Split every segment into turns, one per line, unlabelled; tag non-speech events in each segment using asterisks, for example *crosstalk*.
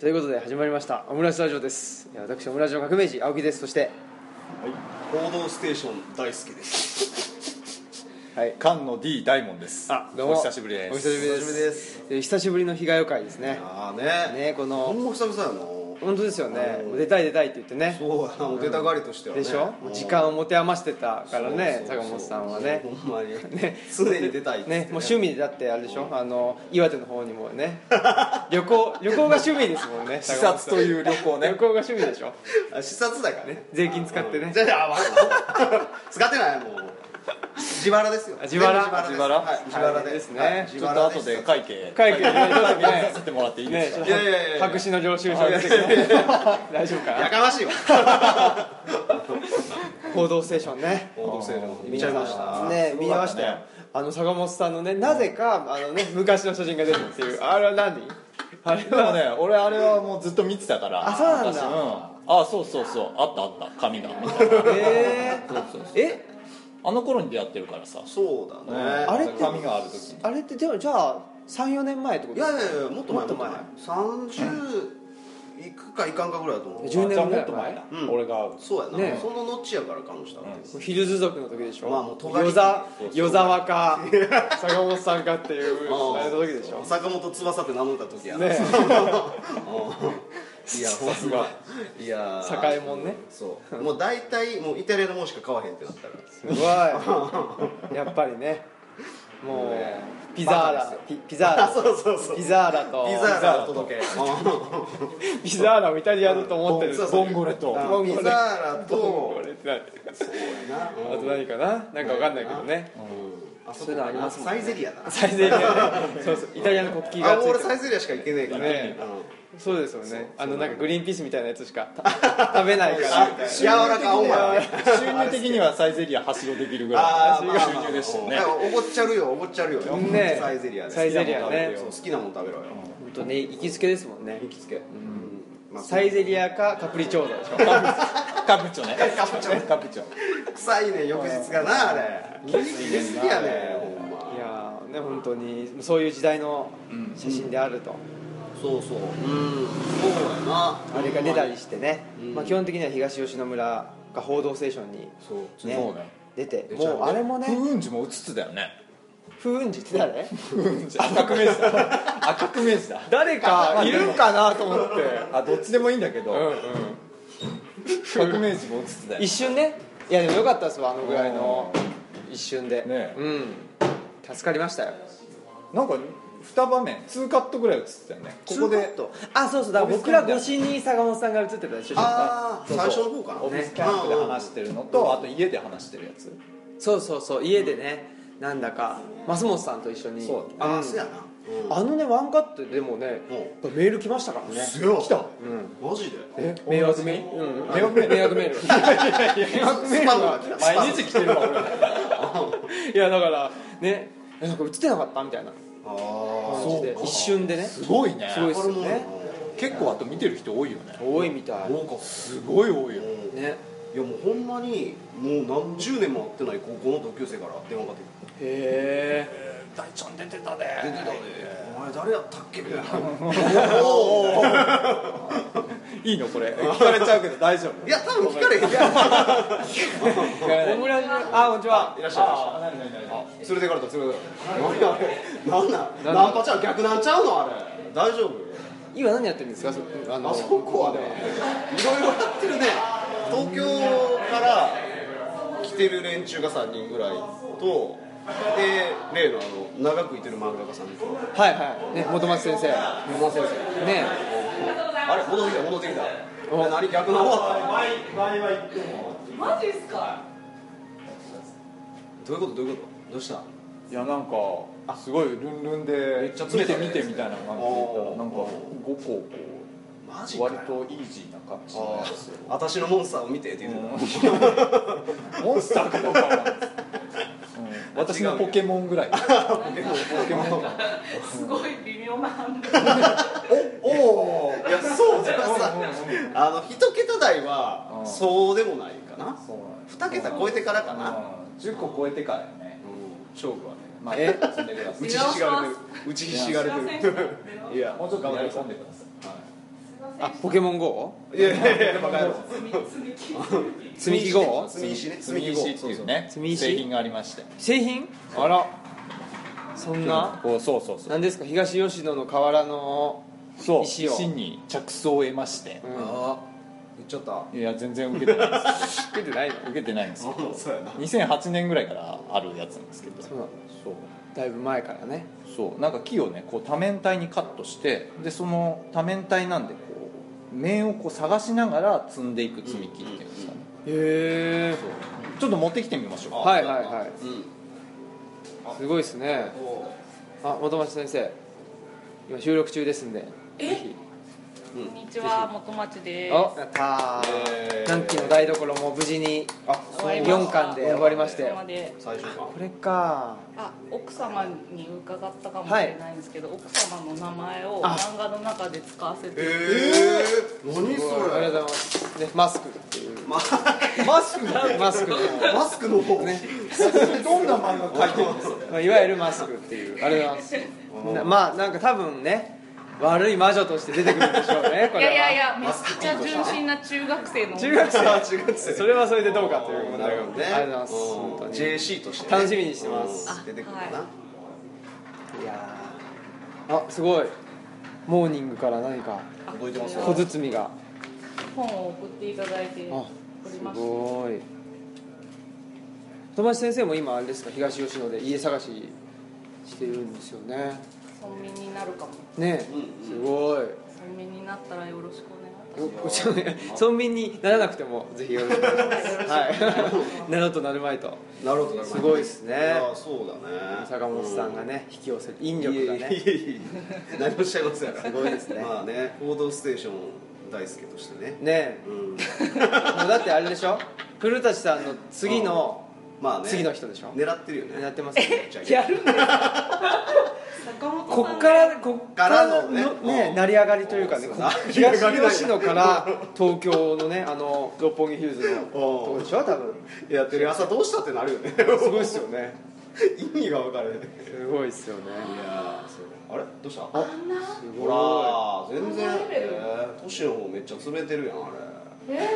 ということで始まりましたオムライスラジオですいや私オムラジオ革命児青木ですそして
はい、報道ステーション大好きです。
はい
菅野 D 大門です
あ
どうも
お久しぶりです
お久しぶりです
お久しぶりです
えー久しぶりの日替え会ですね
ああね。
ねこの
ほんま久々やな。
本当ですよね
あの
出たい出たいって言ってね
そうやな、お出たがりとしてはね。
でしょ
うん
時間を持て余してたからね
そう
坂
そうそう
本さんはね
ほんまに。
ね
常に出たいっつって
ねもう趣味だってあれでしょあの岩手の方にもね旅行旅行が趣味ですもんね
*laughs*
視察という旅行
旅
ね
行が趣味でしょ
あ視察だからね。
税金使ってね
じゃあじゃあ、わかった。使ってないもう。自腹ですよ。
あ自腹
全部自腹です。
自
は
腹
い自腹です。
はいですね
自
ちょっ
腹
と後で会計
会計ねちょっと
見さ
ね
せてもらっていいで
ね
すか、
いやいやいや
白紙の領収書出てきて *laughs* 大丈夫か
や
な
かましい
*laughs*
わ。
報道ステーションね
報道ステーション。
ね見ました
すごか
よ
った
あの坂本さんのねなぜかあのね昔の写真が出るっていうあれは何あれ
でも
は
ね俺あれはもうずっと見てたから
あそうなんだ
私うんあそうそうそうあったあった紙が
*laughs*
みたいな
えーえ
あの頃に出会ってるからさ
そうだね。
あれって
紙がある時
あれってでもじゃあ34年前ってこと
いやいやいやもっと前
もっと前
三十いくかいかんかぐらいだと思う
10年ぐらい前
じゃあもっと前だ、
うん
俺が
そうやな、
ねえ
その後やからかもしれない、
もうヒルズ族の時でしょ、
まあもう尖り
与沢
そうそう
与沢か坂本さんかっていう *laughs* あれの時でしょ
坂本翼って名乗った時やな、
ね
*laughs* うんい
*laughs*
やさす
が
いや
栄もんね
そうもう大体もうイタリアのもんしか買わへんってな
*laughs*
ったら
すごい *laughs* やっぱりねもう
ね
ピザー
バカ
ラ
ですよ
ピピザ *laughs* ーラ
そうそうそう
ピザーラと
ピザーラ届けうん
ピザーラをイタリアだと *laughs* 思ってる
そう
ボンゴレと
あ
ピザーラ
ボンゴ
と
レって何
そうやな
あと何かななんかわかんないけどね
あそ
そういうのありますもんね
サイゼリアだな
サイゼリアね *laughs* そうそうイタリアの国旗が
あ
つ
俺
いて
サイ
る
ゼリアしか行けねえから
ねえ
うん
そうですよねあのなんかグリーンピースみたいなやつしかた *laughs* 食べないからみたいな
柔らかお前
収入的にはサイゼリアはしごできるぐら
あ
い
ー
の
まあ
収入でしたよね
だからおごっちゃるよおごっちゃるよ
ね
サイゼリアで
サイゼリアね
そう好きなもん食べろよ
本当ね行きつけですもんね
行きつけうんまあ
サイゼリアかカプリチョーザでしょ
カ
*laughs*
プチョね
カプチョ
カプチョ
臭いね翌日がなあれ切りすぎやねほんま
いやーね本当にそういう時代の写真であると、
そうそううんそうやな
あれが出たりしてね、
うん
まあ、基本的には東吉野村が「報道ステーション」に
そう
そうね
出て
出ちゃうね
もうあれも
風
ね
雲児も映ってたよね
風雲児って誰
赤く明治だ赤く明治だ
誰かいるんかなと思って
あどっちでもいいんだけど、
うんうん
革命児も映ってたよ
一瞬ねいやでもよかったですわあのぐらいの一瞬で、
ね
うん助かりましたよ
なんか2場面2カットぐらい映ってたよねここ
ツー
で
カットあそうそうだから僕ら越しに坂本さんが映ってたでしょ
ああ
そう
最
そう
初の方かな
オフィスキャンプで話してるのとあと家で話してるやつ
そうそうそう家でねなんだか増本さんと一緒に
そう
うん
ああそうやな
あのねワンカットでもね
うん
やっぱメール来ましたからね
すよ
来た
うん
マジで
え迷惑メールうん迷惑メール迷惑メール迷惑メー
ス
ル
パムが
は
来た
毎日来てるわ俺
いやだからねえなんか映ってなかったみたいな
ああ
感じで
か
一瞬でね
すごいね
すごいっすよね
結構あと見てる人多いよね
多いみたい
どうか
すごい多いよ
うん
ね
いやもうほんまにもう何十年も会ってない高校の同級生から電話かかってきて
へえ
「大ちゃん出てたで
「出てたねお前誰やったっけ?」みたいな「 *laughs*
いいのこ
*laughs*
れ聞かれちゃうけど大丈夫
いや多分聞かれへんや
聞かれない
オムラジあこんにちはい
らっしゃいいらっしゃい
あ何何何何
連れてかれた連れてかれた何あれ何なんナンパちゃう逆なんちゃうのあれ大丈夫
今何やってるんですかそあの
あそこはねいろいろやってるね東京から来てる連中が3人ぐらいとで例のあの長くいてる漫画家さんと
はいはいね元松先生
山田先生
ね
あれ戻ってきた戻ってきた
お
あれ何逆な終わった
マジっすか
どういうことどういうことどうした
いやなんかすごいルンルンで
めっちゃ詰めたね
見て見てみたいな感じで言ったらなんか
お
5個こ
マ
う割とイージーな感じのやつ
私のモンスターを見てって言って
モンスターかどうかは、うん、私のポケモンぐらい
た、ポケモンポケモン
すごい微妙な判断
おおいやそうじゃさあの一桁台は
うん
そうでもないかな
そうなんです
二桁超えてからかな
10個超えてからよね勝負はねまあ
え
積んでくださ
打
い
ちひしがれてる打ちひしがれてる
すいません
いや
もうちょっと
頑張
や
り
り
ましょ
込
うん
でください
あポケモン GO?
いやいやいやバカ野郎
積み積み木積み
積
木
み木 GO?
積み石ね
積み石っていうね
積み石
製品がありまして
製品あらそんな
こうそうそうそう
何ですか東吉野の河原の
そう
石を
石に着想を得まして
うん
あ言っちゃった
いや全然受けてないです
受けてないの
*laughs* 受けてないんですよ
あそうやな
2008年ぐらいからあるやつなんですけど
そうなの
そう
だいぶ前からね
そうなんか木をねこう多面体にカットしてでその多面体なんでこう面をこう探しながら積んでいく積み木っていうんですかね、
へえ
ちょっと持ってきてみましょうか
はいはいはい
うん
すごいですねあ元町先生今収録中ですんで
え
ひ
こんにちは元町です
あやったー南紀の台所も無事に4巻で終わりました
お
よ
かげさまで
最初か
これか
あ奥様に伺ったかもしれないんですけど、奥様の名前を漫画の中で使わせて、
ええ何
すごいありがとうございますねマスクっていう
マスク
マスクの、
マスクの方ね
どんな漫画描いてるんですか
まあ、いわゆるマスクっていうあれがなまあなんか多分ね悪い魔女として出てくるんでしょう *laughs* ねこ
い
れは
やいやいやめっちゃ純真な中学生の
中学生は
中学生
それはそれでどうかという問
な
題
る
が
ほどね
ありがとう
うん
ございます本
JC としてね
楽しみにしてます
うん出てくるか
あは
ない
当にいやーあすごいモーニングから何か
覚えてます
小包みが
本を送っていただいて
あ
おり
す
ます
ごい友達先生も今あれですか東吉野で家探ししてるんですよね
村民になるかも
ね
うん
すごい
村民になったらよろしくお願いいたし
こ
ます
ちらね村民にならなくてもぜひよろしくお願いします。 *laughs*
*laughs*
はい。なろうとなるまいと
なるほど
すごいですね
いやそうだ
*laughs*
ね
坂本さんがね引き寄せる引
うん
力が
い
ね。
えいえいえ何もしちゃいませんす
ごいですね
*laughs* まあね「報道ステーション」大好きとしてね
ね
うん
え、もうだってあれでしょ。古舘さんの次の
まあね
次の人でしょ
狙ってるよ
やっ
ね
てますよね。
じゃあ
やるんですか坂本さん
こっからこっから
か
の
らのね
の
う
ね
ん
成り上がりというかね。
そう
こ
だ
東吉野から東京のねあの六本木ヒルズのとこでしょ多分。
やってる朝どうしたってなるよね *laughs*
すごいっすよね。
意味が分からないい
すごいっすよね。
やーそうあれどうした
あんな
す
ほ
ご
らー全然
離れる
都市の方めっちゃ潰れてるやんあれ
え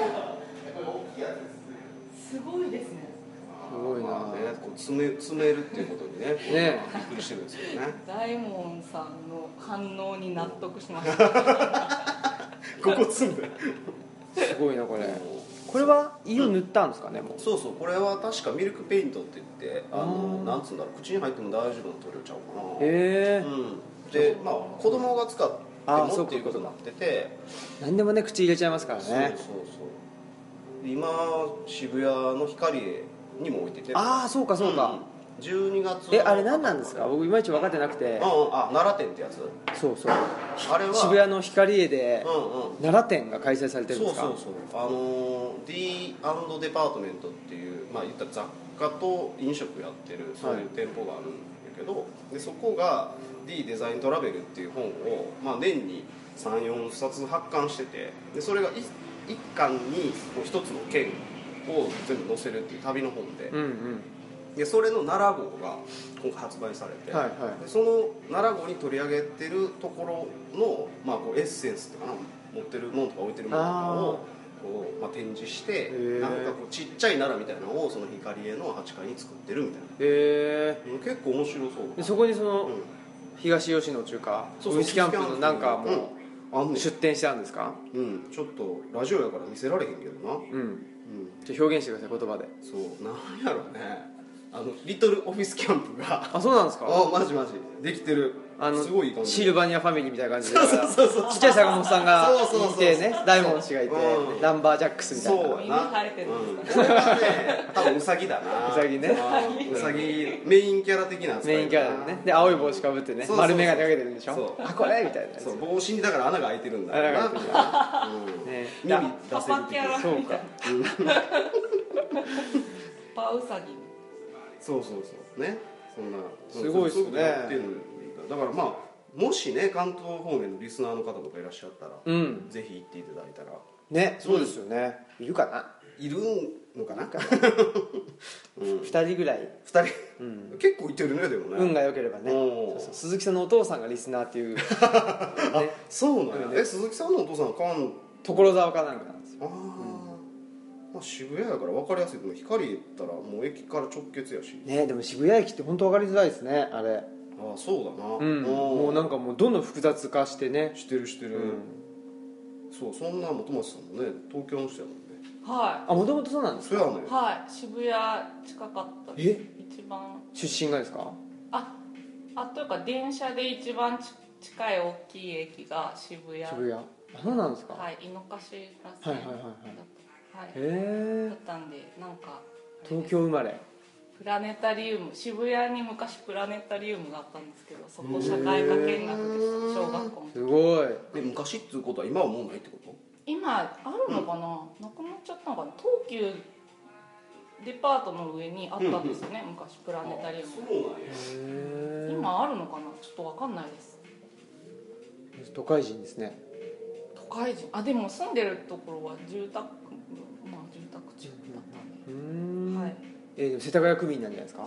すごいですね
い。すごい
まあ
な。
ねこう詰め詰めるっていうことにね
ね
びっくりしてるんですよね
大門さんの反応に納得しました
*laughs*
ここ詰んです
ごいなこれ。これは色塗ったんですかねもう。
そうそうこれは確かミルクペイントって言ってあの
うん
なんつうんだろう口に入っても大丈夫な塗料ちゃうかな
へえ
うんでまあ子供が使って
あー
も
そう
っ
か
ていうことになってて
何でもね口入れちゃいますから
そうそう
ね
そう今渋谷の光にも置いてて
ああそうかそうか、
うん12月の
えあれ何なんですか僕いまいち分かってなくて
うんうんあ奈良店ってやつ
そうそう
あれは
渋谷の光栄で
うんうん
奈良店が開催されてるん
そ
で
う
すか
そうそうあのー D& デパートメントっていうまあ言ったら雑貨と飲食やってるそういう店舗があるんだけど、でそこが「D デザイントラベル」っていう本を、まあ、年に34冊発刊しててでそれが 1, 巻にこう一つの県を全部載せるっていう旅の本で,、
うんうん
でそれの奈良号が今回発売されて、
はいは
でその奈良号に取り上げてるところの、まあ、こうエッセンスとかな持ってるものとか置いてるものとかをこう、まあ、展示して
ー
なんかこうちっちゃい奈良みたいなのをその光絵の8階に作ってるみたい
へ
な
え
うん結構面白そう
でそこにその、
うん
東吉野中華
そうそう
ウイスキャンプのなんかも
うんあんねん
出店してあるんですか
うん、ちょっとラジオやから見せられへんけどな、うん、
うんじゃあ表現してください言葉で
そうなんやろうねあのリトルオフィスキャンプが
あそうなんですか
*laughs* あマジマジできてる
あの
すごいいい感じ
シルバニアファミリーみたいな感じで
そうそうそう
ちっちゃい坂本さんが
そうそうそう
いてね大門氏がいて
うん
ナンバージャックスみたいな
そうや
耳
な
生えてる
う
ん
ん、これはね多分ウサギだな
ウサギね
うんウサギメインキャラ的な扱いだな
メインキャラでねで青い帽子かぶってね
そうそうそ
丸
う
眼鏡かけてるんでし
そ
ょ
う
あこれみたいなやつ
そう帽子にだから穴が開いてるんだ
穴が開いてるん
なうん
ね
耳出
パ
せる
パ
的
キャ
な
ラ
そう
みた
か
いなパウサギ
そうそうそうねそんな
すごいっすね
そううことやってるんだだからまあもしね関東方面のリスナーの方とかいらっしゃったら、
うん
ぜひ行っていただいたら
ねそうですよねいるかない
るのかなうん、2
2人ぐらい、
人
うん、
結構いてるねでもね
運が良ければね
おー
そうそう鈴木さんのお父さんがリスナーっていう、ね、
そうなんや、
うん
え鈴木さんのお父さんは関
所沢かなんかなんですよ
ああ、まあ、渋谷やから分かりやすいけど光言ったらもう駅から直結やし、
ねでも渋谷駅って本当分かりづらいですねあれ
ああそうだな
うんもうなんかもうどんどん複雑化してね
してるしてる、そうそんな本松さんもね東京の人やもんね
は
あもともとそうなんです
そやね
いはい渋谷近かったです一番
出身がですか
ああというか電車で一番ち近い大きい駅が渋谷
渋谷あそうなんですか、
はい井の頭線だった
はいはいはいはい
はい
へえ
だったんでなんか
東京生まれ
プラネタリウム渋谷に昔プラネタリウムがあったんですけどそこ社会科見学でした小学校の
すごい
で昔っつうことは今はもうないってこと
今あるのかな、なくなっちゃったのかな東急デパートの上にあったんですよね、昔プラネタリウム
うなんや
へえ
今あるのかなちょっとわかんないです
都会人ですね
都会人あでも住んでるところは住宅まあ住宅地だったんで、
うーん、
はい
えーでも世田谷区民なんじゃないですか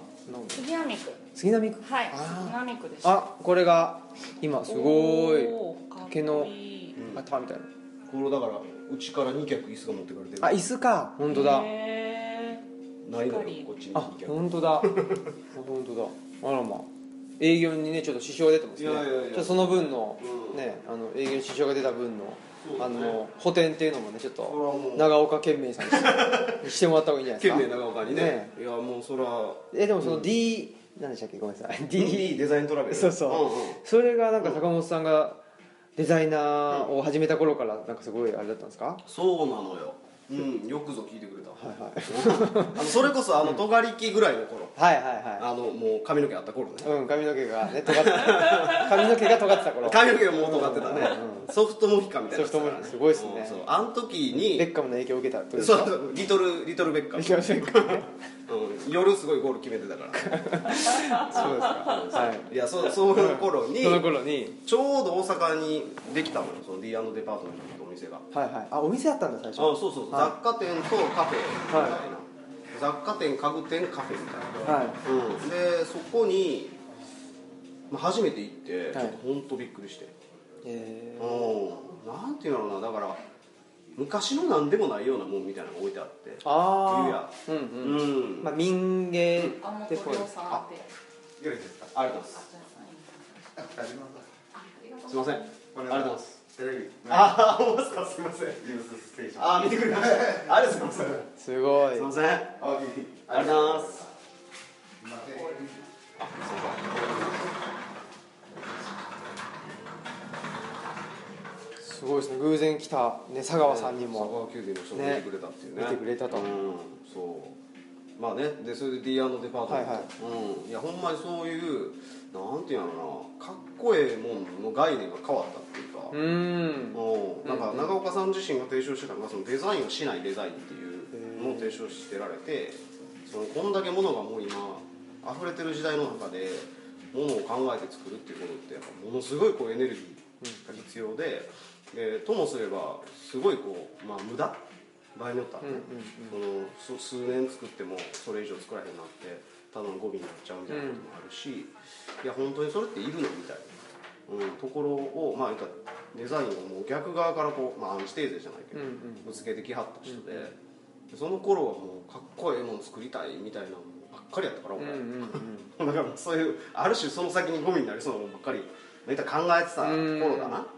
杉並区
杉並区
はい
あー
杉並区でした
あこれが今すごい
おーかっこい
竹の
い
あったみたいな
これだからうちから2脚椅子が持ってかれてる
あ椅子か本当だ
へー
ないの
しっかり
よこっちに
あ
2脚
本当だあ本当だあらまあ営業にねちょっと支障が出てますね
いやいや
ち
いや
ょっとその分の、
うん
ねあの営業に支障が出た分の、
そう
あ
だね
の補填っていうのもねちょっ
それは
と
もう
長岡県民さんにし *laughs* にしてもらった方がいいんじゃないです
県
か
名長岡にね
ね
いやもうそら
えでもその D、何でしたっけごめんなさい D
いいデザイントラベル
そうそうそれがなんか坂本さんがデザイナーを始めた頃からなんかすごいあれだったんですか、
そうなのようんよくぞ聞いてくれた
はいはい
あのそれこそあの尖り木ぐらいの頃
はいはいは
あのもう髪の毛あった頃ね
いうん髪の毛がね尖 *laughs* ってた髪の毛が尖ってた頃
髪の毛がもう尖ってたねソフトモヒカみたいなやつだから
ソフトモヒカすごいっすね
うんそうあの時に
ベッカムの影響を受けたってことです
そ
か
うそうリトルリトルベッカム
行きましょう行きましょう
うん夜すごいゴール決めてたか
そうですか、は
らいやそその頃
い、
に
その頃に
ちょうど大阪にできたのよその D& デパートメントのお店があ
はいはいあお店あったんだ最初
そうそうそう
はい
雑貨店とカフェみたいな、雑貨店家具店カフェみたいな、
はい
うん、でそこに、まあ、初めて行ってちょ
はい
っと本当びっくりして、
え
うんなんていうのかなだから昔の何でもないようなもんみたいなのが置いてあって
ー、ああうん
う
うん、
ん、
まあ民芸で
あもう
こう
さんって
よろしいですかありがとうございますすいませんありがとうございますテレビああ思すかすいませんあー見てくれました *laughs* ありがとうございます
すごい
すいません。ありがとうございます。
すごいですね偶然来たね佐川さんにも、
佐川急便の人も見てくれたっていうね。
ね見てくれたと
うん、そう。まあね、でそれで D& デパートメント。
はいは
うん。いやほんまにそういうなんていうのかな、かっこええもんの概念が変わったっていうか。
うーん
うん、なんか長岡さん自身が提唱してたのがそのデザインをしないデザインっていうのを提唱してられてそのこんだけ物がもう今溢れてる時代の中で物を考えて作るっていうことってやっぱものすごいこうエネルギーが必要で,、でともすればすごいこう、まあ、無駄場合によってはね、そのす数年作ってもそれ以上作らへんなってただのゴミになっちゃうみたいなこともあるし、いや本当にそれっているのみたいな。うん、ところを、まあ、言ったらデザインをもう逆側からこう、まあ、アンチテーゼじゃないけど、
うん
ぶつけてきはった人で、その頃はもうかっこええもの作りたいみたいなのばっかりやったから
うんう
俺、
んうん
*laughs* だからもうそういうある種その先にゴミになりそうなものばっかりめっちゃ考えてた頃だな、うん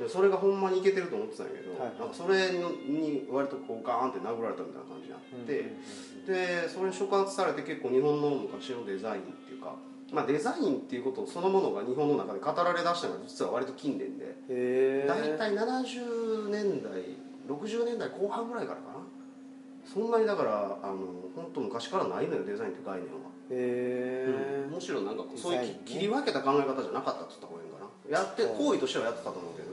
でそれがほんまにいけてると思ってたんやけど、
はいはい
なんかそれに割とこうガーンって殴られたみたいな感じになって、でそれに触発されて結構日本の昔のデザインっていうか、まあ、デザインっていうことそのものが日本の中で語られだしたのが実は割と近年で。
へえ
大体70年代60年代後半ぐらいからかなそんなにだからあの本当昔からないのよデザインって概念は、
へえ
むしろなんかそう
デザ
い
イ
う
ンね
切り分けた考え方じゃなかったって言った方がいいんかなやって
うん
行為としてはやってたと思うけど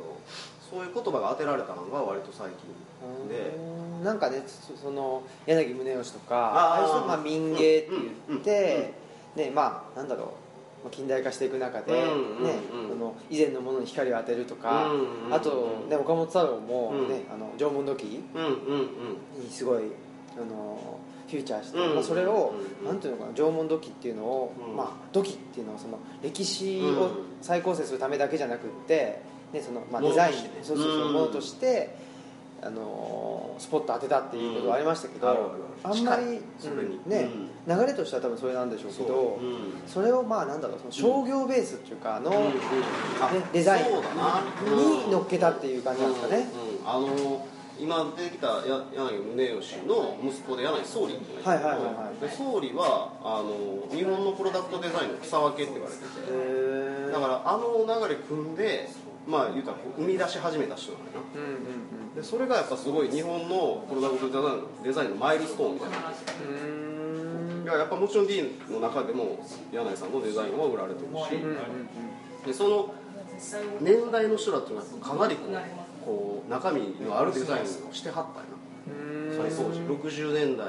そういう言葉が当てられたのが割と最近で
うんなんかねそその柳宗悦とか
あ
ああ
ー
いう人まあ民芸って言っ
うん
て、ねまあなんだろうまあ近代化していく中で、ね
うんうんうん
その以前のものに光を当てるとか、
うんうんうん
あと、ね、岡本太郎も、
うん
ねあの縄文土器
うんうんうん
にすごいあのフューチャーして、
うん
まあ、それを、
うん
なんていうのかな縄文土器っていうのを、
うん
まあ、土器っていうのはその歴史を再構成するためだけじゃなくって、ねそのまあ、デ
もの
ザイ
と
ン、
してね
そうそうそううんものとして、あのースポット当てたっていうことはありましたけど、
うんあるあるあ
あ
る
んまり、
近いそれに
うんね流れとしては多分それなんでしょうけど。
う
それをまあなんだろうその商業ベースっていうかの、
んうん
ね
あ
デザイン
そうだな
に乗っけたっていう感じなんですかね、
うんうんあの今出てきたや柳宗悦の息子で柳井総理っていうのがいて
はいはいはいはい
で総理はあの日本のプロダクトデザインの草分けって言われてて
へー
だからあの流れ組んでまあ言うたらこう生み出し始めた人なのよな
うんうん
でそれがやっぱすごい日本のプロダクトデザインのデザインのマイルストーンみたいな
うん
いややっぱもちろん D の中でも柳井さんのデザインは売られてる
う
し、
んうん
でその年代の人らっていうのはかなりこうこう中身のあるデザインをしてはったよ
うん
な、その当時60年代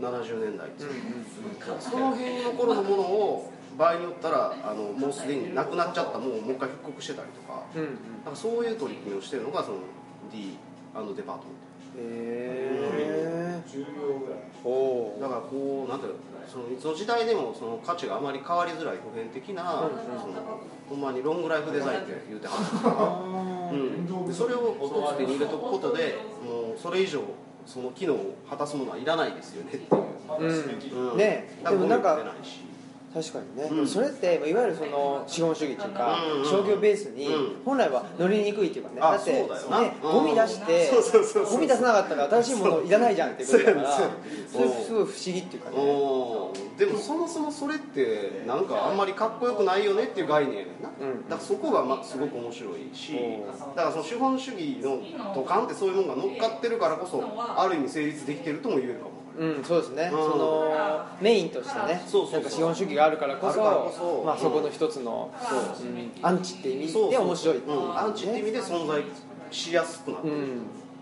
70年代っていううん
うん
その辺の頃のものを場合によったらあのもうすでになくなっちゃったものをもう一回復刻してたりとか
うんうん
なんかそういう取り組みをしてるのがその D デパート
へえ
10秒ぐらい
おお
だからこうなんていうのそのいつの時代でもその価値があまり変わりづらい普遍的な、そのほんまにロングライフデザインって言うてはるうんでそれを一つ手に入れとくことでもうそれ以上その機能を果たすものはいらないですよねっていう、
まだ素敵、
うん、
ねえ
だから
でもなんか
ゴミ出ないし
確かにね、
うん
でもそれってまあいわゆるその資本主義っていうか、
うんうん
商業ベースに
うん
本来は乗りにくいっていうかね、
あ
だって
そうだよな
ね
うん
ゴミ出して、
そうそうそうそう
ゴミ出さなかったら新しいものいらないじゃんっていうことだから
そう
そ
そう
れすごい不思議っていうかね
おーでもそもそもそれってなんかあんまりかっこよくないよねっていう概念やねんな、
うん
だからそこがまあすごく面白いし
うん
だからその資本主義の土管ってそういうものが乗っかってるからこそある意味成立できてるとも言えるかも
うんそうですね、
うん
そのメインとしてね
そうそ
な
うそう
んか資本主義があるからこ
あ
そ
るからこそ
まあ、そこの一つの、
そう
うんアンチって意味で面白いっていうね
うん、アンチって意味で存在しやすくなって
う
る、
ん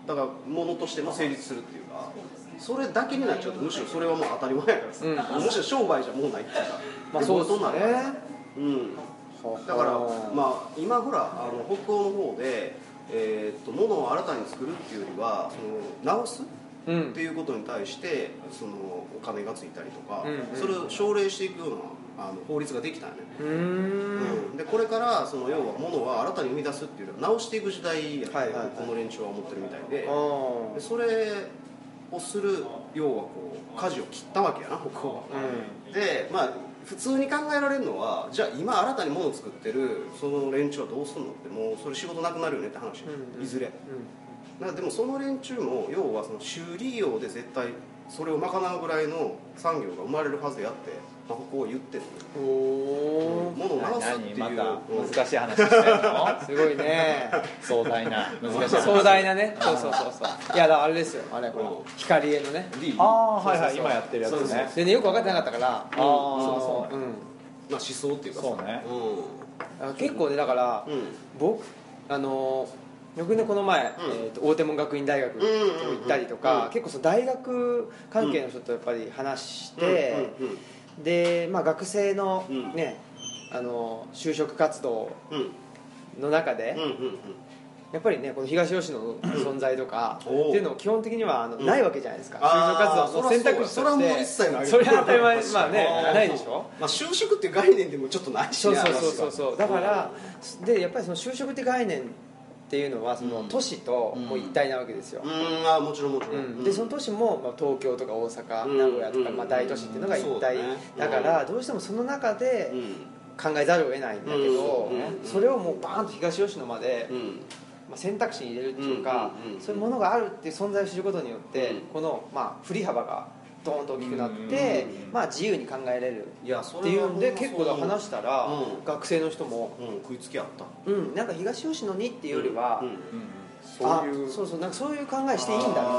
だから物としても成立するっていうかそれだけになっちゃうとむしろそれはもう当たり前やからさ、
うん
むしろ商売じゃもうないっていうか、
まあそうですね
デフォルトになるからうんだから、まあ、今ほらあの北欧の方で、えーっと物を新たに作るっていうよりはその直すっ
あうん
ていうことに対してそのお金がついたりとか、
うんうん
それを奨励していくようなあの法律ができたよね、
うーん
うんでこれからその要は物は新たに生み出すっていうよりは直していく時代やと、
はいはいはい
この連中は思ってるみたいで
あ
でそれをする要はこう舵を切ったわけやなここ
あ
は、でまあ普通に考えられるのはじゃあ今新たに物を作ってるその連中はどうするのってもうそれ仕事なくなるよねって話、
うんうん
いずれだからでもその連中も要はその修理業で絶対それを賄うぐらいの産業が生まれるはずやって、まあ、ここを言ってる
うんおお
物を直すってい
何
う
また
うん
難しい話してる
*laughs*
の
すごいね
壮大な難しい話
壮大なねそうそうそうそういやだからあれですよあれこれ
うん
光絵のね
D
ああはいはい今やってるやつね
そうそう
それねよく分かってなかったからあ
そう
うん
まあ、思想っていうかさ
そうね
だから結構ねだから
うん、うん
僕あのー僕ねこの前、えーと大手門学院大学に行ったりとか、
うんうんうん
結構その大学関係の人とやっぱり話して、
うん
で、まあ、学生の
うん
ね、あのー就職活動
うん
の中で、
うんうんうん
やっぱりねこの東吉野の存在とかって
おう
いうのを基本的にはあの、
うん
ないわけじゃないですか就
あー
職活動の選択肢
そらそうや
とし
そらもう
て
一
それ
切ない
は当たり前まあね
あー
ないでしょ
まあ就職っていう概念でもちょっとないし
そう
ね
そうそう
話が
そうそうだからでやっぱりその就職って概念っていうのはその
うん
都市ともう一体なわけですよ
う、んあーもちろんもちろん、
うんでその都市も、まあ、東京とか大阪、
うん
名古屋とか、
うん
まあ、大都市っていうのが一体
そうだね
だからどうしてもその中で
うん
考えざるを得ないんだけど、
うん
それをもうバーンと東吉野まで、
うん
まあ、選択肢に入れるっていうか、
うんうんうん
そういうものがあるっていう存在を知ることによって、
うん
この、まあ、振り幅がドーンと大きくなって、
うんうんうん
まあ、自由に考えれる
いやそ
っ
れ
てい
は
う
ほ
ん
んま
で結構だから話したら、
うん
学生の人も、
そう思ううん食いつきあったっ
うん、なんか東吉野にって
て
いうよりは、
そういう
あそうそうなんかそういう考えしていいんだみたいな。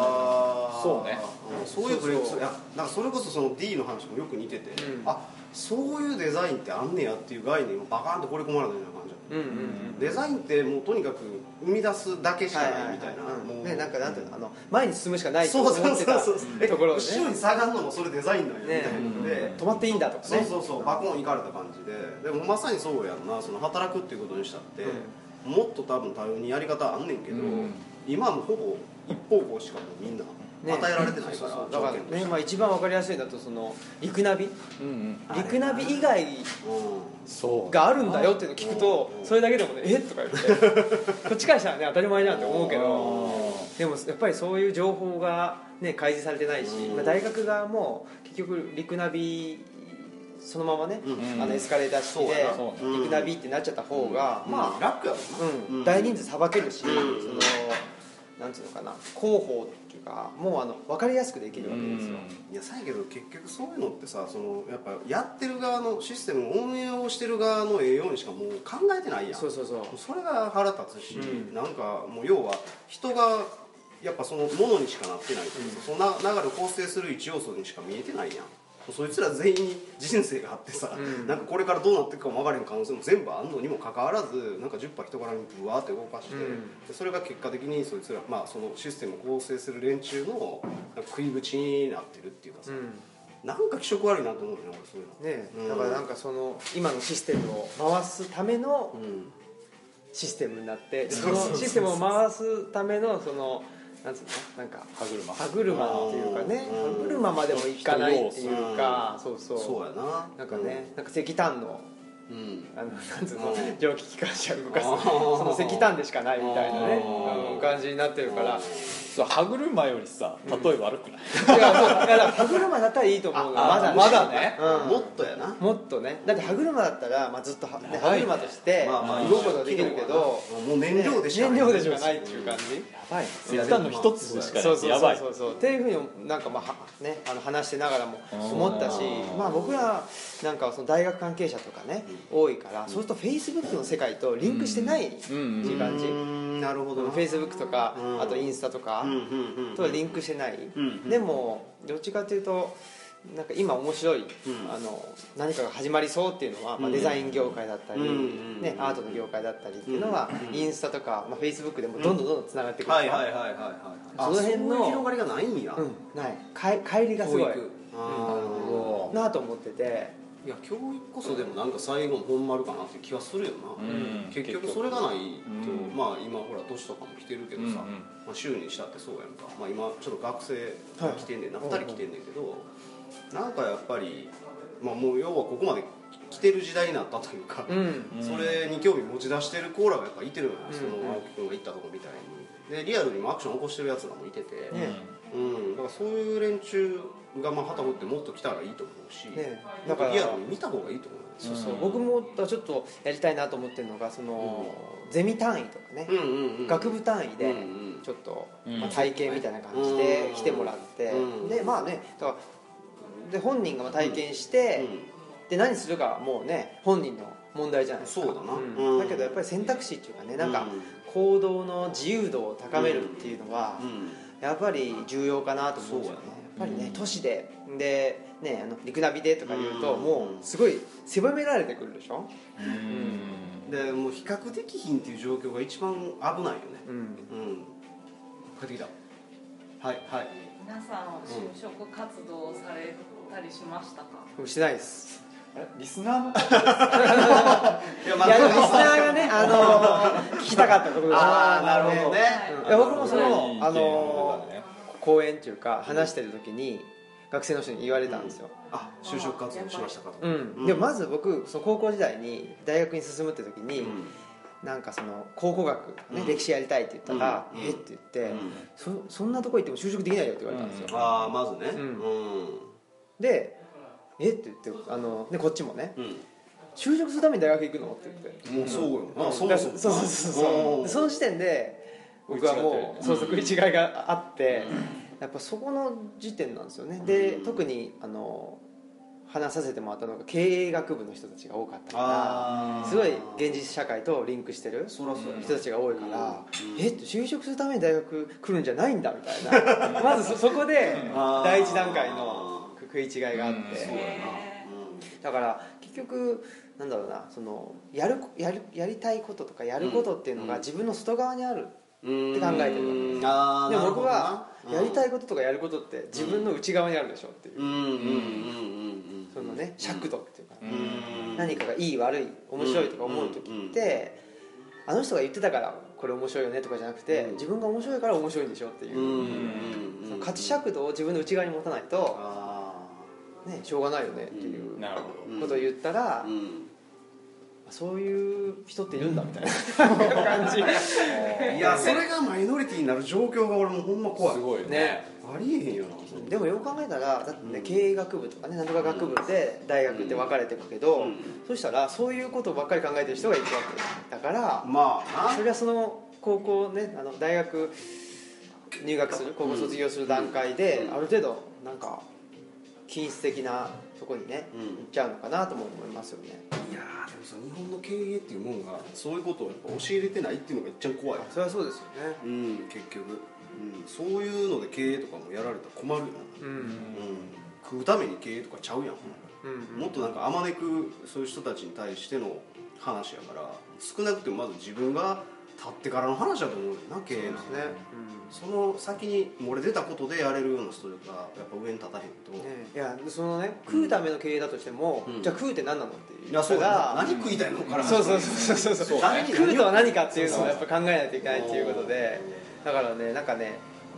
そうね
うんそういうブレイクス
そうそう
いやなんかそれこそその D の話もよく似てて、
うん
あそういうデザインってあんねやっていう概念をバカーンと掘り込まれたような感じだった
うんうん
デザインってもうとにかく生み出すだけしかないみたいな、
うん
もう
ねなんかなんていうのあの前に進むしかないと
そう
思
そ
っ
う
て
そう
た
そうえ
ところをね
後ろに下がるのもそれデザインなんやみたい
ね
なので、
止まっていいんだとか
そう
ね
そうそうバコンいかれた感じででもまさにそうやんなその働くっていうことにしたって、もっと多分多様にやり方あんねんけど、
うん
今はもうほぼ一方向しかもうみんな
ね
与えられてないから
だから
条件とし
ね
て
まあ一番わかりやすいんだとその陸ナビ
うんうん
陸ナビ以外
うん
そう
があるんだよっていうのを聞くと
うん
それだけでもねえっとか言って
*laughs*
こっちからしたらね当たり前じゃんって思うけどでもやっぱりそういう情報がね開示されてないし、
うん
まあ、大学側も結局陸ナビそのままね、
うん
あのエスカレーター式
そう
で
やな
そう
や
陸ナビってなっちゃった方が、ま
まあ
あ、
楽やもん
うん
うん
大人数さばけるし、
うん
そのなんていうのかな広報っていうかもうあの分かりやすくできるわけですよ、
ないやさやけど結局そういうのってさそのやっぱやってる側のシステムを運営をしてる側の栄養にしかもう考えてないやん
そうそうそう
それが腹立つし、
うん
なんかもう要は人がやっぱそのものにしかなってないというか、その流れを構成する一要素にしか見えてないやんそいつら全員に人生があってさ、
うん
なんかこれからどうなっていくかも分からへん可能性も全部あんのにもかかわらずなんか10波人柄にぶわーって動かして、
うん
でそれが結果的にそいつら、まあ、そのシステムを構成する連中のなんか食い口になってるっていうかさ、
うん
なんか気色悪いなと思うよね俺そういうの
ね
うん
だからなんかその今のシステムを回すための
うん
システムになってそのシステムを回すためのそのなんつうのなんか
歯車
歯車っていうかね
うん
歯車までもいかないっていうかそうそう
そうやな
なんかね、なんか石炭の
うん、うん
あのなんつうの
うん
蒸気機関車動かす
あー
その石炭でしかないみたいなね
あー
うん感じになってるからいや
そう歯車よりさ例え悪くない、
そういやだから歯車だったらいいと思うの
あ
まだね
まだね
うん
もっとやな
もっとねだって歯車だったら、まあ、ずっとは、ね、
や
歯
ばいね
車として
まあまあ
動くことはできるけど
もう燃料でしか
燃
ない
料でしかないっていう感じ
やばい石炭の一つでしか
そう
ない
そう
やば
そう
い
そうそうっていうふうになんかまあはねあの話してながらも思ったし
うん
まあ僕らなんかはその大学関係者とかね多いからそうするとフェイスブックの世界とリンクしてないって
うんうん
いう感じ
う
フ
んなるほどな
ェイスブックとか
うん
あとインスタとか
うんうんうん
とはリンクしてない
ん
でもどっちかというとなんか今面白い、あの何かが始まりそうっていうのは、まあ、
うん
デザイン業界だったり、
うん
ね
う、ん
アートの業界だったりっていうのは、インスタとか、まあ、フェイスブックでもどんどんどんどんつながってくる、
はいはいはいはいはいあ
その辺の
そういう広がりがないんや
うん、ないかい帰りがすごい
教育あ
なあと思ってて
ーいや教育こそでもなんか最後の本丸かなって気はするよな、
うん
結局それがないと、
うん
まあ今ほら年とかも来てるけどさ、
うんうん
まあ、週にしたってそうやんか、まあ、今ちょっと学生が来てんねんな、
はい
2人来てんねんけど、なんかやっぱり、まあ、もう要はここまで来てる時代になったというか、
うん
*laughs* それに興味持ち出してるコーラがやっぱいてるのよ、
うん
その青木君が行ったとこみたいにでリアルにもアクション起こしてるやつらもいてて、
ね
うん、だからそういう連中がまあ旗振ってもっと来たらいいと思うし、
ねだ
だか
からら
リアルに見た方がいいと思うよ
そうそう僕もちょっとやりたいなと思ってるのがその、ゼミ単位とかね、
うんうんうん、
学部単位で
うんうん
ちょっと、
うん
まあ、体験みたいな感じで
うん
来てもらって、
うん
でまあねだからで本人がまあ体験して、で何するかはもうね本人の問題じゃないですか
そうだな
うん
うん
だけどやっぱり選択肢っていうかねなん
う
か
ん
行動の自由度を高めるっていうのは、
うんうん
やっぱり重要かなと思うんですよねやっぱりね都市ででねあの陸ナビでとか言うと、
うん
もうすごい狭められてくるでしょ、
でもう比較できひんっていう状況が一番危ないよね
うん
うん帰ってきたはいはい
皆さんは就職活動をされたりしましたか、
僕してないです
リスナーの
いや
いやでもリスナーがね、あのー、聞きたかったことです
ああなるほどね
はい
いや僕もそ
いい
の、あ
い
の
い意見だね
ー、講演っていうか話してる時に学生の人に言われたんですよ、
あ就職活動しましたかと
うんでもまず僕その高校時代に大学に進むって時に、
うん
なんかその考古学、ね
うん
歴史やりたいって言ったら「
うん
えっ?」って言って、
うん
そ「そんなとこ行っても就職できないよ」って言われたんですよ、
ああまずね
うん
うん
で「えっ?」て言ってあのでこっちもね
うん
「就職するために大学行くの?」って言って
もうそうよなそ
だ
も
か
そ
ら
も
そうそうそうそうでその時点で僕はもうそうそう食い違いがあって、やっぱそこの時点なんですよねで、
うん
特にあの話させてもらったのが経営学部の人たちが多かったから
あー
すごい現実社会とリンクしてる
そらそうやな
人たちが多いから、
うん
えっと就職するために大学来るんじゃないんだみたい
*laughs*
なまずそそこで
あー
第一段階の食い違いがあって、
うんそう
そうやな
だから結局なんだろうなそのやるやるやりたいこととかやることっていうの
う
が
ん
自分の外側にある、
うん
って考えてるわけです
ああ
で
なる
も僕
ほどな
はやりた
い
いこととかやることって自分の内側にあるでしょっていう、
うんうんうんうんうん
そのね尺度っていうか、
うん
何かがいい悪い面白いとか思う時って、あの人が言ってたからこれ面白いよねとかじゃなくて、
うん
自分が面白いから面白いんでしょっていう、その価値尺度を自分の内側に持たないと、
あ
ね、しょうがないよねっていう
なるほど
ことを言ったら、
あう
そういう人っているんだみたいな感じ
んいやそれがマイノリティになる状況が俺もほんま怖い
すごいね
ね
ありえへんよなそんな
でもよく考えたらだってね、
うん
経営学部とかねなんとか学部で大学って分かれてるけど、
うん
そしたらそういうことばっかり考えてる人がいるわけだから
まあ
それはその高校ねあの大学入学する高校卒業する段階で、
うん
ある程度なんか均質的なとこにね、
うん
行っちゃうのかなとも思いますよね
ないやーでもその日本の経営っていうもんがそういうことをやっぱ教えれてないっていうのが一番怖い
それはそうですよね
うん結局、うん、そういうので経営とかもやられたら困るよ
うん
な、うん、食うために経営とかちゃうやん、
うん
もっとなんかあまねくそういう人たちに対しての話やから少なくともまず自分が立ってからの話だと思うよな経営なん
ね、
その先に漏れ出たことでやれるような人がやっぱ上に立たへんと、
うんねいやそのね食うための経営だとしても、
うん
じゃあ食うって何なのっていう
いやそうだ
が
何食いたいのから
そうそうそうそうそうそう
誰に
来るとは何かっていうのをやっぱ考えないといけないっていうことでだからねなんかね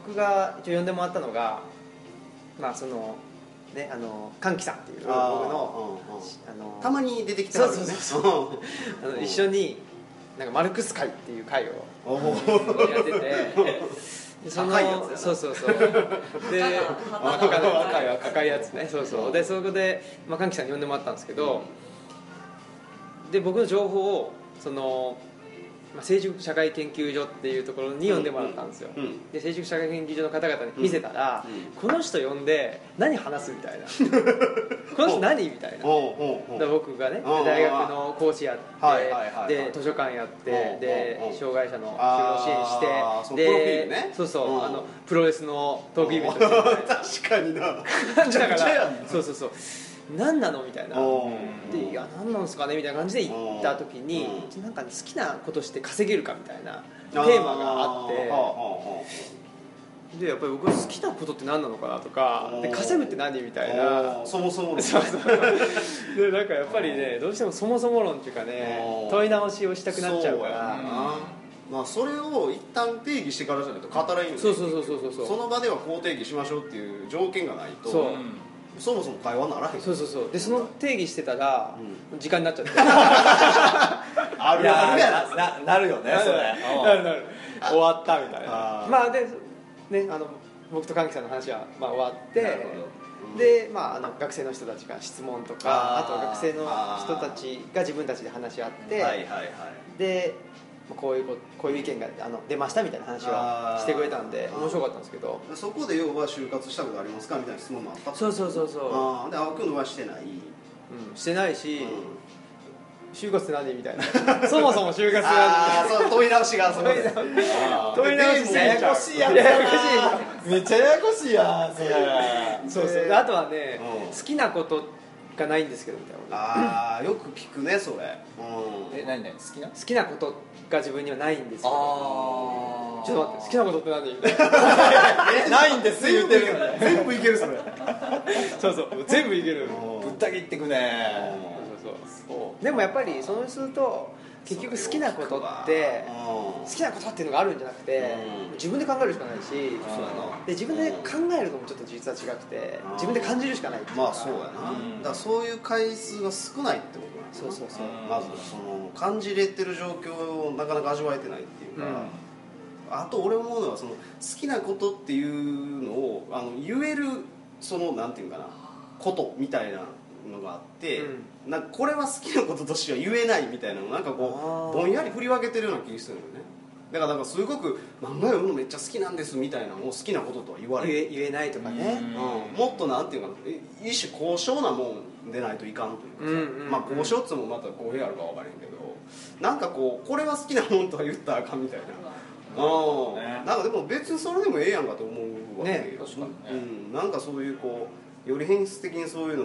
僕が一応呼んでもらったのがまあそのねあの歓喜さんっていう僕の
の、うんうん
あの
たまに出てきた
そうそう
そうそ
あの一緒になんかマルクス会っていう会を
おお
やっててで
赤いやつやな
そうそうそうで
赤
赤い
赤の
赤い赤いやつねそうそうでそこで、まあ、歓喜さんに呼んでもらったんですけど、で僕の情報をその、まあ、成熟社会研究所っていうところに呼んでもらったんですよ、
うんうん
で成熟社会研究所の方々に見せたら、
うんうん
この人呼んで何話すみ
*laughs*
たいなこの人何みたいな
おうお
だ
う
から僕がねで
うんうん
大学の講師やって、
はいはいはいはい
で図書館やって、
うん
で
うんうん
障害者の就労支
あー
援して
その
で
プロフィールね
そうそう、
うん
あのプロレスのトークイベントしてるみ
*laughs*
たいな
確かにな
感じだか
めちゃくちゃや
らそうそうそう何なのみたいな
おう
でいや何なんですかねみたいな感じで行った時に
う
なんか好きなことして稼げるかみたいなテーマがあって
はあは
でやっぱり僕は好きなことって何なのかなとかで
おー
稼ぐって何みたい
あはあ
な
おうそもそもの
そうそうでなんかやっぱりねどうしてもそもそも論っていうかね
おー
問い直しをしたくなっちゃうから
そやなまあそれを一旦定義してからじゃないと語られる
そうそうそうそうそうそう
その場ではこう定義しましょうっていう条件がないと
そう
そもそも会話にならへん
そうそうそうでその定義してたら時間になっちゃって
あるあるやな
ななるよねそれ
なるなる *laughs* 終わったみたいな
あー
まあでねあの僕と関木さんの話はまあ終わって
なるほどうん
でまあ、あの学生の人たちが質問とか
あ
あ
ー
と学生の人たちが自分たちで話し合って、
はいはいはい
でまあこういうここういう意見があの出ましたみたいな話は
あー
してくれたんで面白かったんですけど
そこで要は就活したことありますかみたいな質問もあった
そうそうそうそ
ああで青君のはしてない、
う、うん、してないし、
うん
就活って何みたいな *laughs* そもそも就活って
ああ
何
そう問い直しがそこで
問い直し
ややこしいやつ
ややこしいや
めっちゃややこしいやんそれ
つそうそう
え
で
ー
あとはね
うん
好きなことがないんですけどみたいな
ああよく聞くねそれうん
え何何好きな
好きなことが自分にはないんですけど
あ
ちょっと待って好きなことって何みたいな
ないんです言うてる
全部いけるそれ
*laughs* そうそう全部いける
うん
ぶった切ってくね
そうそうでもやっぱりそのすると結局好きなことって好きなことっていうのがあるんじゃなくて
うん
自分で考えるしかないし
そうやな
で自分で考えるのもちょっと実は違くて
うん
自分で感じるしかないっていか
まあそうやな、
うん
だからそういう回数が少ないってこと
そう
なんだな
そうそう
うん
まずその感じれてる状況をなかなか味わえてないっていうか、
うん
あと俺思うのはその好きなことっていうのをあの言えるそのなんていうかなことみたいなのがあって、なんかこれは好きなこととしては言えないみたいなのをなんかこう
あー
ぼんやり振り分けてるような気がするのよねだからなんかすごく漫画読むのめっちゃ好きなんですみたいなのを好きなこととは言われ
言
る
え言えないとかね
うんもっとなんていうかなえ一種高尚なもんでないといかんというか
うん
さ、
うんうん
まあ高尚っつうのもまた語弊あるか分からへんけどなんかこうこれは好きなもんとは言ったらあかんみたいな、うん
ね
なんかでも別にそれでもええやんかと思うわけ、
ね
確かにね
うん、なんかそういうこうより変質的にそういうの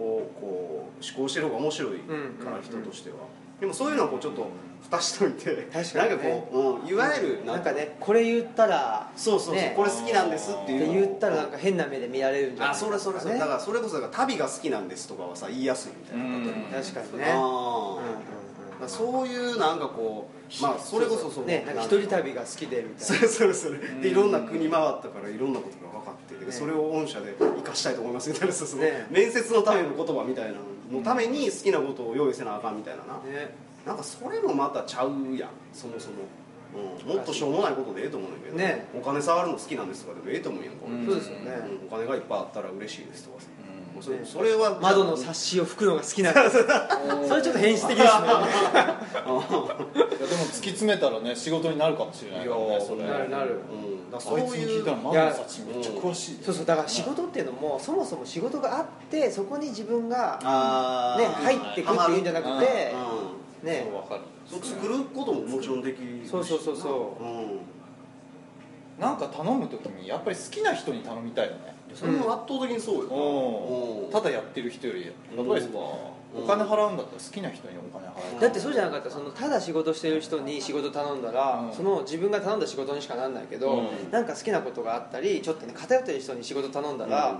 をこう思考してる方が面白いか
うんうんう
ら
ん
人としては、でもそういうのはこうちょっと蓋しといて
*laughs* 確かにね
なんかこう、うん、いわゆる
な
なんん
か
か
ねこれ言ったらっ
そうそうそう、
ね
これ好きなんですって
て
いうのを
言ったらなんか変な目で見られるんじゃな
あ
い
それそれそれ
ね
だからそれこそだから旅が好きなんですとかはさ言いやすいみたいな、
うん
例え
確かに
ば
ね
あーだからそういうなんかこうまあそれこそそう
ねなんか一人旅が好きでみた
そ
い
れそれそれでいろんな国回ったからいろんなことが分かってて、
ね
それを御社で生かしたいと思いますみたいなそうそう
ね
面接のための言葉みたいなののために好きなことを用意せなあかんみたいな
な
な、
ね
なんかそれもまたちゃうやんそもそも、うん、もっとしょうもないことでええと思うんだけど、
ね
お金触るの好きなんですとかでもええと思うんやんか、
うん
そうですよね
うんお金がいっぱいあったら嬉しいですとかさ、もうそれ
ね
それは
窓の冊子を拭くのが好きなんですそれちょっと変質的ですね
いやでも突き詰めたらね仕事になるかもしれないから
いや
ね
ー
それ
なるなる
うん、だから
あいつ
そう
に
いう
聞いたら窓の幸めっちゃ詳しい
そうそうだから仕事っていうのもそもそも仕事があってそこに自分が、ね、
あー
入ってくっていうんじゃなくて
う、ん
ね
そうわかる
そう作ることももちろんできるし、
そうそうそうそう
ん、
なんか頼む時にやっぱり好きな人に頼みたいよね
それも圧倒的にそうよ、
うんただやってる人よりやっぱり
うん
お金払うんだったら好きな人にお金払う
だってそうじゃなかったらそのただ仕事してる人に仕事頼んだら、
うん
その自分が頼んだ仕事にしかなんないけど、
うん
なんか好きなことがあったりちょっとね偏ってる人に仕事頼んだら、
うん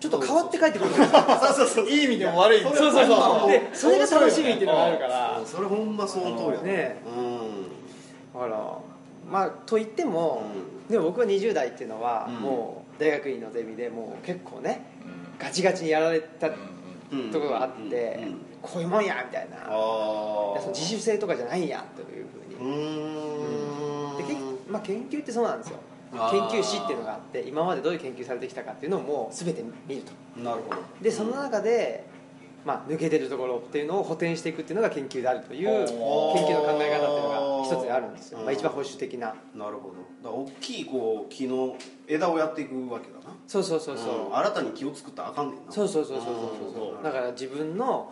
ちょっと変わって帰ってくるんですよ
*laughs*
そうそうそう
いい意味でも悪い
そうそうそう *laughs* でそれが楽しみっていうのがあるから
うんそれほんまその通りや
ね
う
あらまあと言っても、
う
でも僕は20代っていうのは、
うん
もう大学院のゼミでもう結構ね
うん
ガチガチにやられたと
んうん
ころがあって、
うんうんうん
こういうもんやみたいな
ああ
その自主性とかじゃないんやというふうに
うーん
でけんまあ、研究ってそうなんですよ
あ
研
ー
究史っていうのがあって今までどういう研究されてきたかっていうのをもう全て見ると
なるほど
でその中で、まあ、抜けてるところっていうのを補填していくっていうのが研究であるという研
あ
究
ー
の考え方っていうのが一つにあるんですよ、
うん
まあ、一番保守的な
なるほどだから大きいこう木の枝をやっていくわけだな
そうそうそうそう、
ん新たに木を作ったらあかんねんな
そうそうそうそう
うん
そうそうだから自分の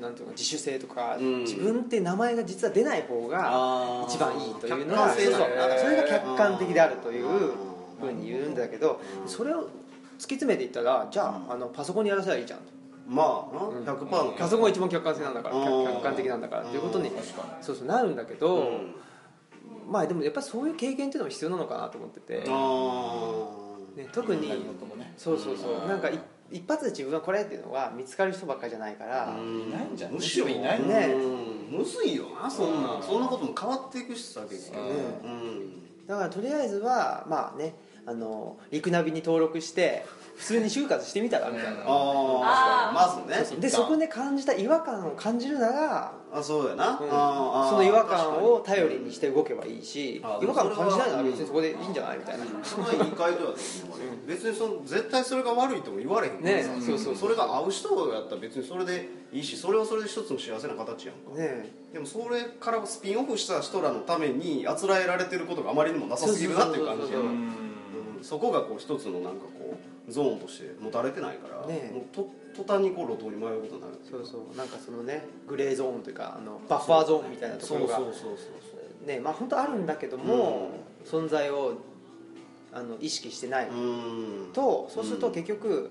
なんていうか自主性とか、
うん
自分って名前が実は出ない方が
あー
一番いいというのが
客観性
そうそう
だな
それが客観的であるという
うん
ふうに言うんだけど
うん
それを突き詰めていったらじゃあ,、あのパソコンにやらせばいいじゃんと
まあ
うん
な100%の
パソコンが一番客観性なんだから
う
客
ん
客観的なんだから
うん
ということに
確か
そうそうなるんだけど、
うん
まあでもやっぱりそういう経験っていうのも必要なのかなと思ってて、
あー
ね、特に
何事もね
そうそうそう、
うん
なんかい一発で自分はこれっていうのは見つかる人ばっかりじゃないから、
うん
いないんじゃない
むしろ
むしろいない
ね
うんむずいよなそんな
うん
んそんなことも変わっていくしさ結局
うん
うん
だからとりあえずはまあねあの陸ナビに登録して普通に就活してみたらみたいな、
うん
ああまずね
そうそうでそこで感じた違和感を感じるなら、
あそうやな
うん
あー
その違和感を頼りにして動けばいいし
あー
違和感を感じないなら別に
それは
そこでいいんじゃないみたいな、
その言い換えでは別にその絶対それが悪いとも言われへんからさ
ねそうそうそう
それが合う人やったら別にそれでいいしそれはそれで一つの幸せな形やんか
ね
でもそれからスピンオフした人らのためにあつらえられてることがあまりにもなさすぎるなっていう感じや
そうそうそうそう
うん
うんそこがこう一つのなんかこうゾーンとして持たれてないから、
ねえ
もうと途端にこう路頭に迷うことになる
そうそうなんかそのねグレーゾーンというかあのバッファーゾーンみたいなところが
そうそうそうそう
ねまあ本当あるんだけども、存在をあの意識してない
そううん
とそうすると結局、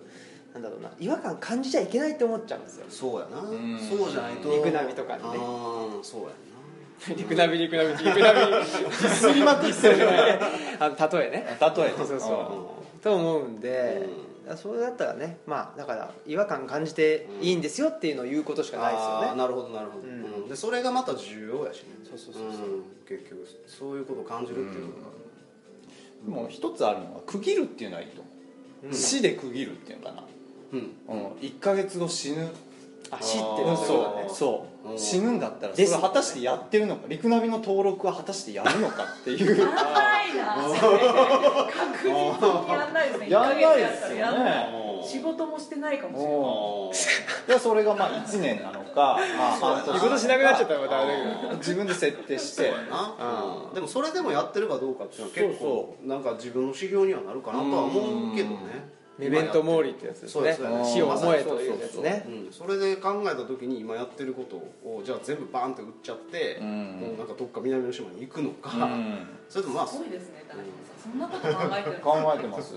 なんだろうな違和感感じちゃいけないって思っちゃうんです *laughs* よ
そうやな、
ん
そうじゃないと
リクナビとかにね
ああそうや
リクナビリクナビリクナビ *laughs* すりまくってるね *laughs* あの例えね
例え
そうそう
な
そ
うん
うと思うんで、それだったらねまあだから違和感感じていいんですよっていうのを言うことしかないです
あ
よ
ー
ね
なるほどなるほど、
うん
うんでそれがまた重要やしね
そうそうそうそうん
結局そういうことを感じるっていうことが、
でも一つあるのは区切るっていうのはいいと思う、死で区切るっていうのかな、
うん
うん、1か月後死ぬ
あ知って
うん
る
そう
そうだね
そう、
うん
死ぬんだったらそ
で
れ
すよね
果たしてやってるのか陸ナビの登録は果たしてやるのかっていう
やんないな
やんないですよ
確実にやんないですね一ヶ月ったらやんない
ね
仕事もしてないかもしれな
うんで
い
それがまあ1年なのか、まあ、半年
仕事しなくなっちゃったらまたあれだけど
自分で設定して
な、でもそれでもやってるかどうかっていうのは結構なんか自分の指標にはなるかなとは思うけどね
メメントモーリ
ー
ーってやつです
そうで
ね
すね
死を思えというやつね
うん、それで考えた時に今やってることをじゃあ全部バーンって売っちゃって、
うん
もうなんかどっか南の島に行くの
う
か、
ん
それともまあ
すごいですね大変さんそんなこと考えてる
考えてます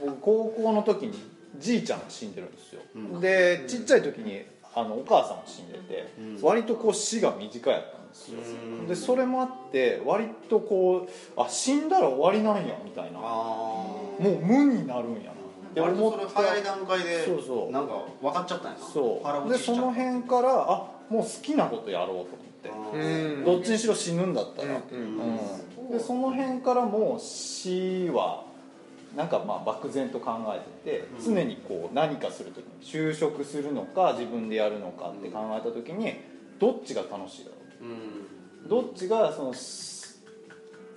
僕高校の時にじいちゃんが死んでるんですよ、
うん
でちっちゃい時にあのお母さんも死んでて、
うん
割とこう死が短いったんですよ、
うん
でそれもあって割とこうあ死んだら終わりなんやみたいなも
あ
う無になるんやなって
あ割
思
と
っ
それ
て
早い段階で
そうそう
なんか分かっちゃったんやな
そ
腹
う
落
で
ちしちゃ
そ
った
の辺からあもう好きなことやろうと思っって
うん
どっちにしろ死ぬんだったら、
うんうん
うんでその辺からもう死はなんかまあ漠然と考えてて
うん
常にこう何かする時に就職するのか自分でやるのかって考えた時にどっちが楽しいだろうどっちがそのし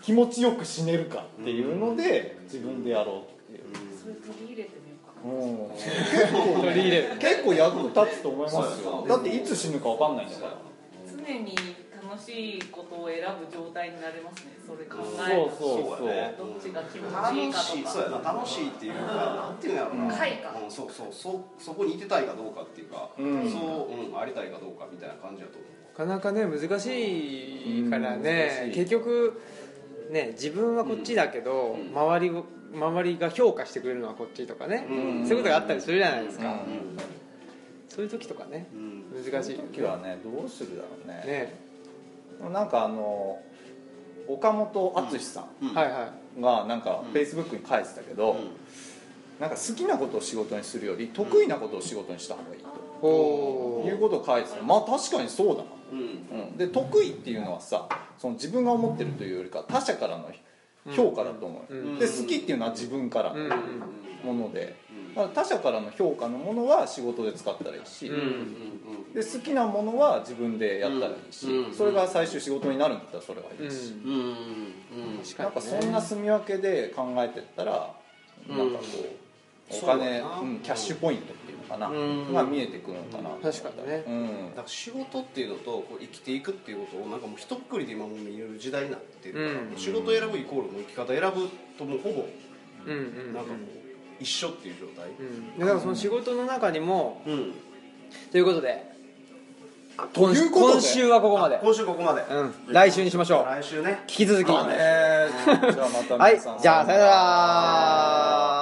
気持ちよく死ねるかっていうので自分でやろうっていう、
それ取り入れてみようかな
うん
取り入れる
結構役立つと思います
そう
よ
そう
だっていつ死ぬか分かんないんだから
常に楽しいことを選ぶ状態になれますねそれ考え
そう
た
そう
ら
そう
どっちが気持ちいい
楽
か
しい
と
そうや
か
な楽しいっていうかなんていうんやろな、
快感
うん、そうそうそうそこにいてたいかどうかっていうか、
うん
そう、うん、ありたいかどうかみたいな感じだと思う
なかなかね難しいから
うん難
ね
しい
結局ね自分はこっちだけど、
うん
周りを周りが評価してくれるのはこっちとかね、
うん
そういうことがあったりするじゃないですか、
うん
そういう時とかね
うん
難しい
その時はねどうするだろうね
ね
なんかあの岡本敦さ
うん
はいはい
んがなんか
うん
フェイスブックに返してたけど、なんか好きなことを仕事にするより得意なことを仕事にした方がいいと
おお
いうことを返してたまあ確かにそうだな、
うんうん
うん、で得意っていうのはさその自分が思ってるというよりか他者からの評価だと思う、
うん
うん
で好きっていうのは自分から
うん
のもので、だから他者からの評価のものは仕事で使ったらいいし、
うん
で好きなものは自分でやったらいいし、
うん
それが最終仕事になるんだったらそれはいいし、
うん
うん
確
なんか
にね
そんな住み分けで考えてったら、
うん
なんかこうお金
そうだな
う、ん、キャッシュポイントっていうのかな、
うん
が見えてくるのかな、
うん
確かにね
うん
*laughs* だから仕事っていうのとこう生きていくっていうことをなんかもう一括りで今もう見る時代になってるから、
うん
仕事選ぶイコールもう生き方選ぶともうほ
うんうん
ぼ
うん
なんかもう一緒っていう状態
うん、だからその仕事の中にも
うん、
ということで今
ということで
今週はここまで、
今週ここまで、
うん、来週にしましょう
来週ね
引き続き
まあねじゃあま
*laughs*
た
はい
皆さん
じゃあさよなら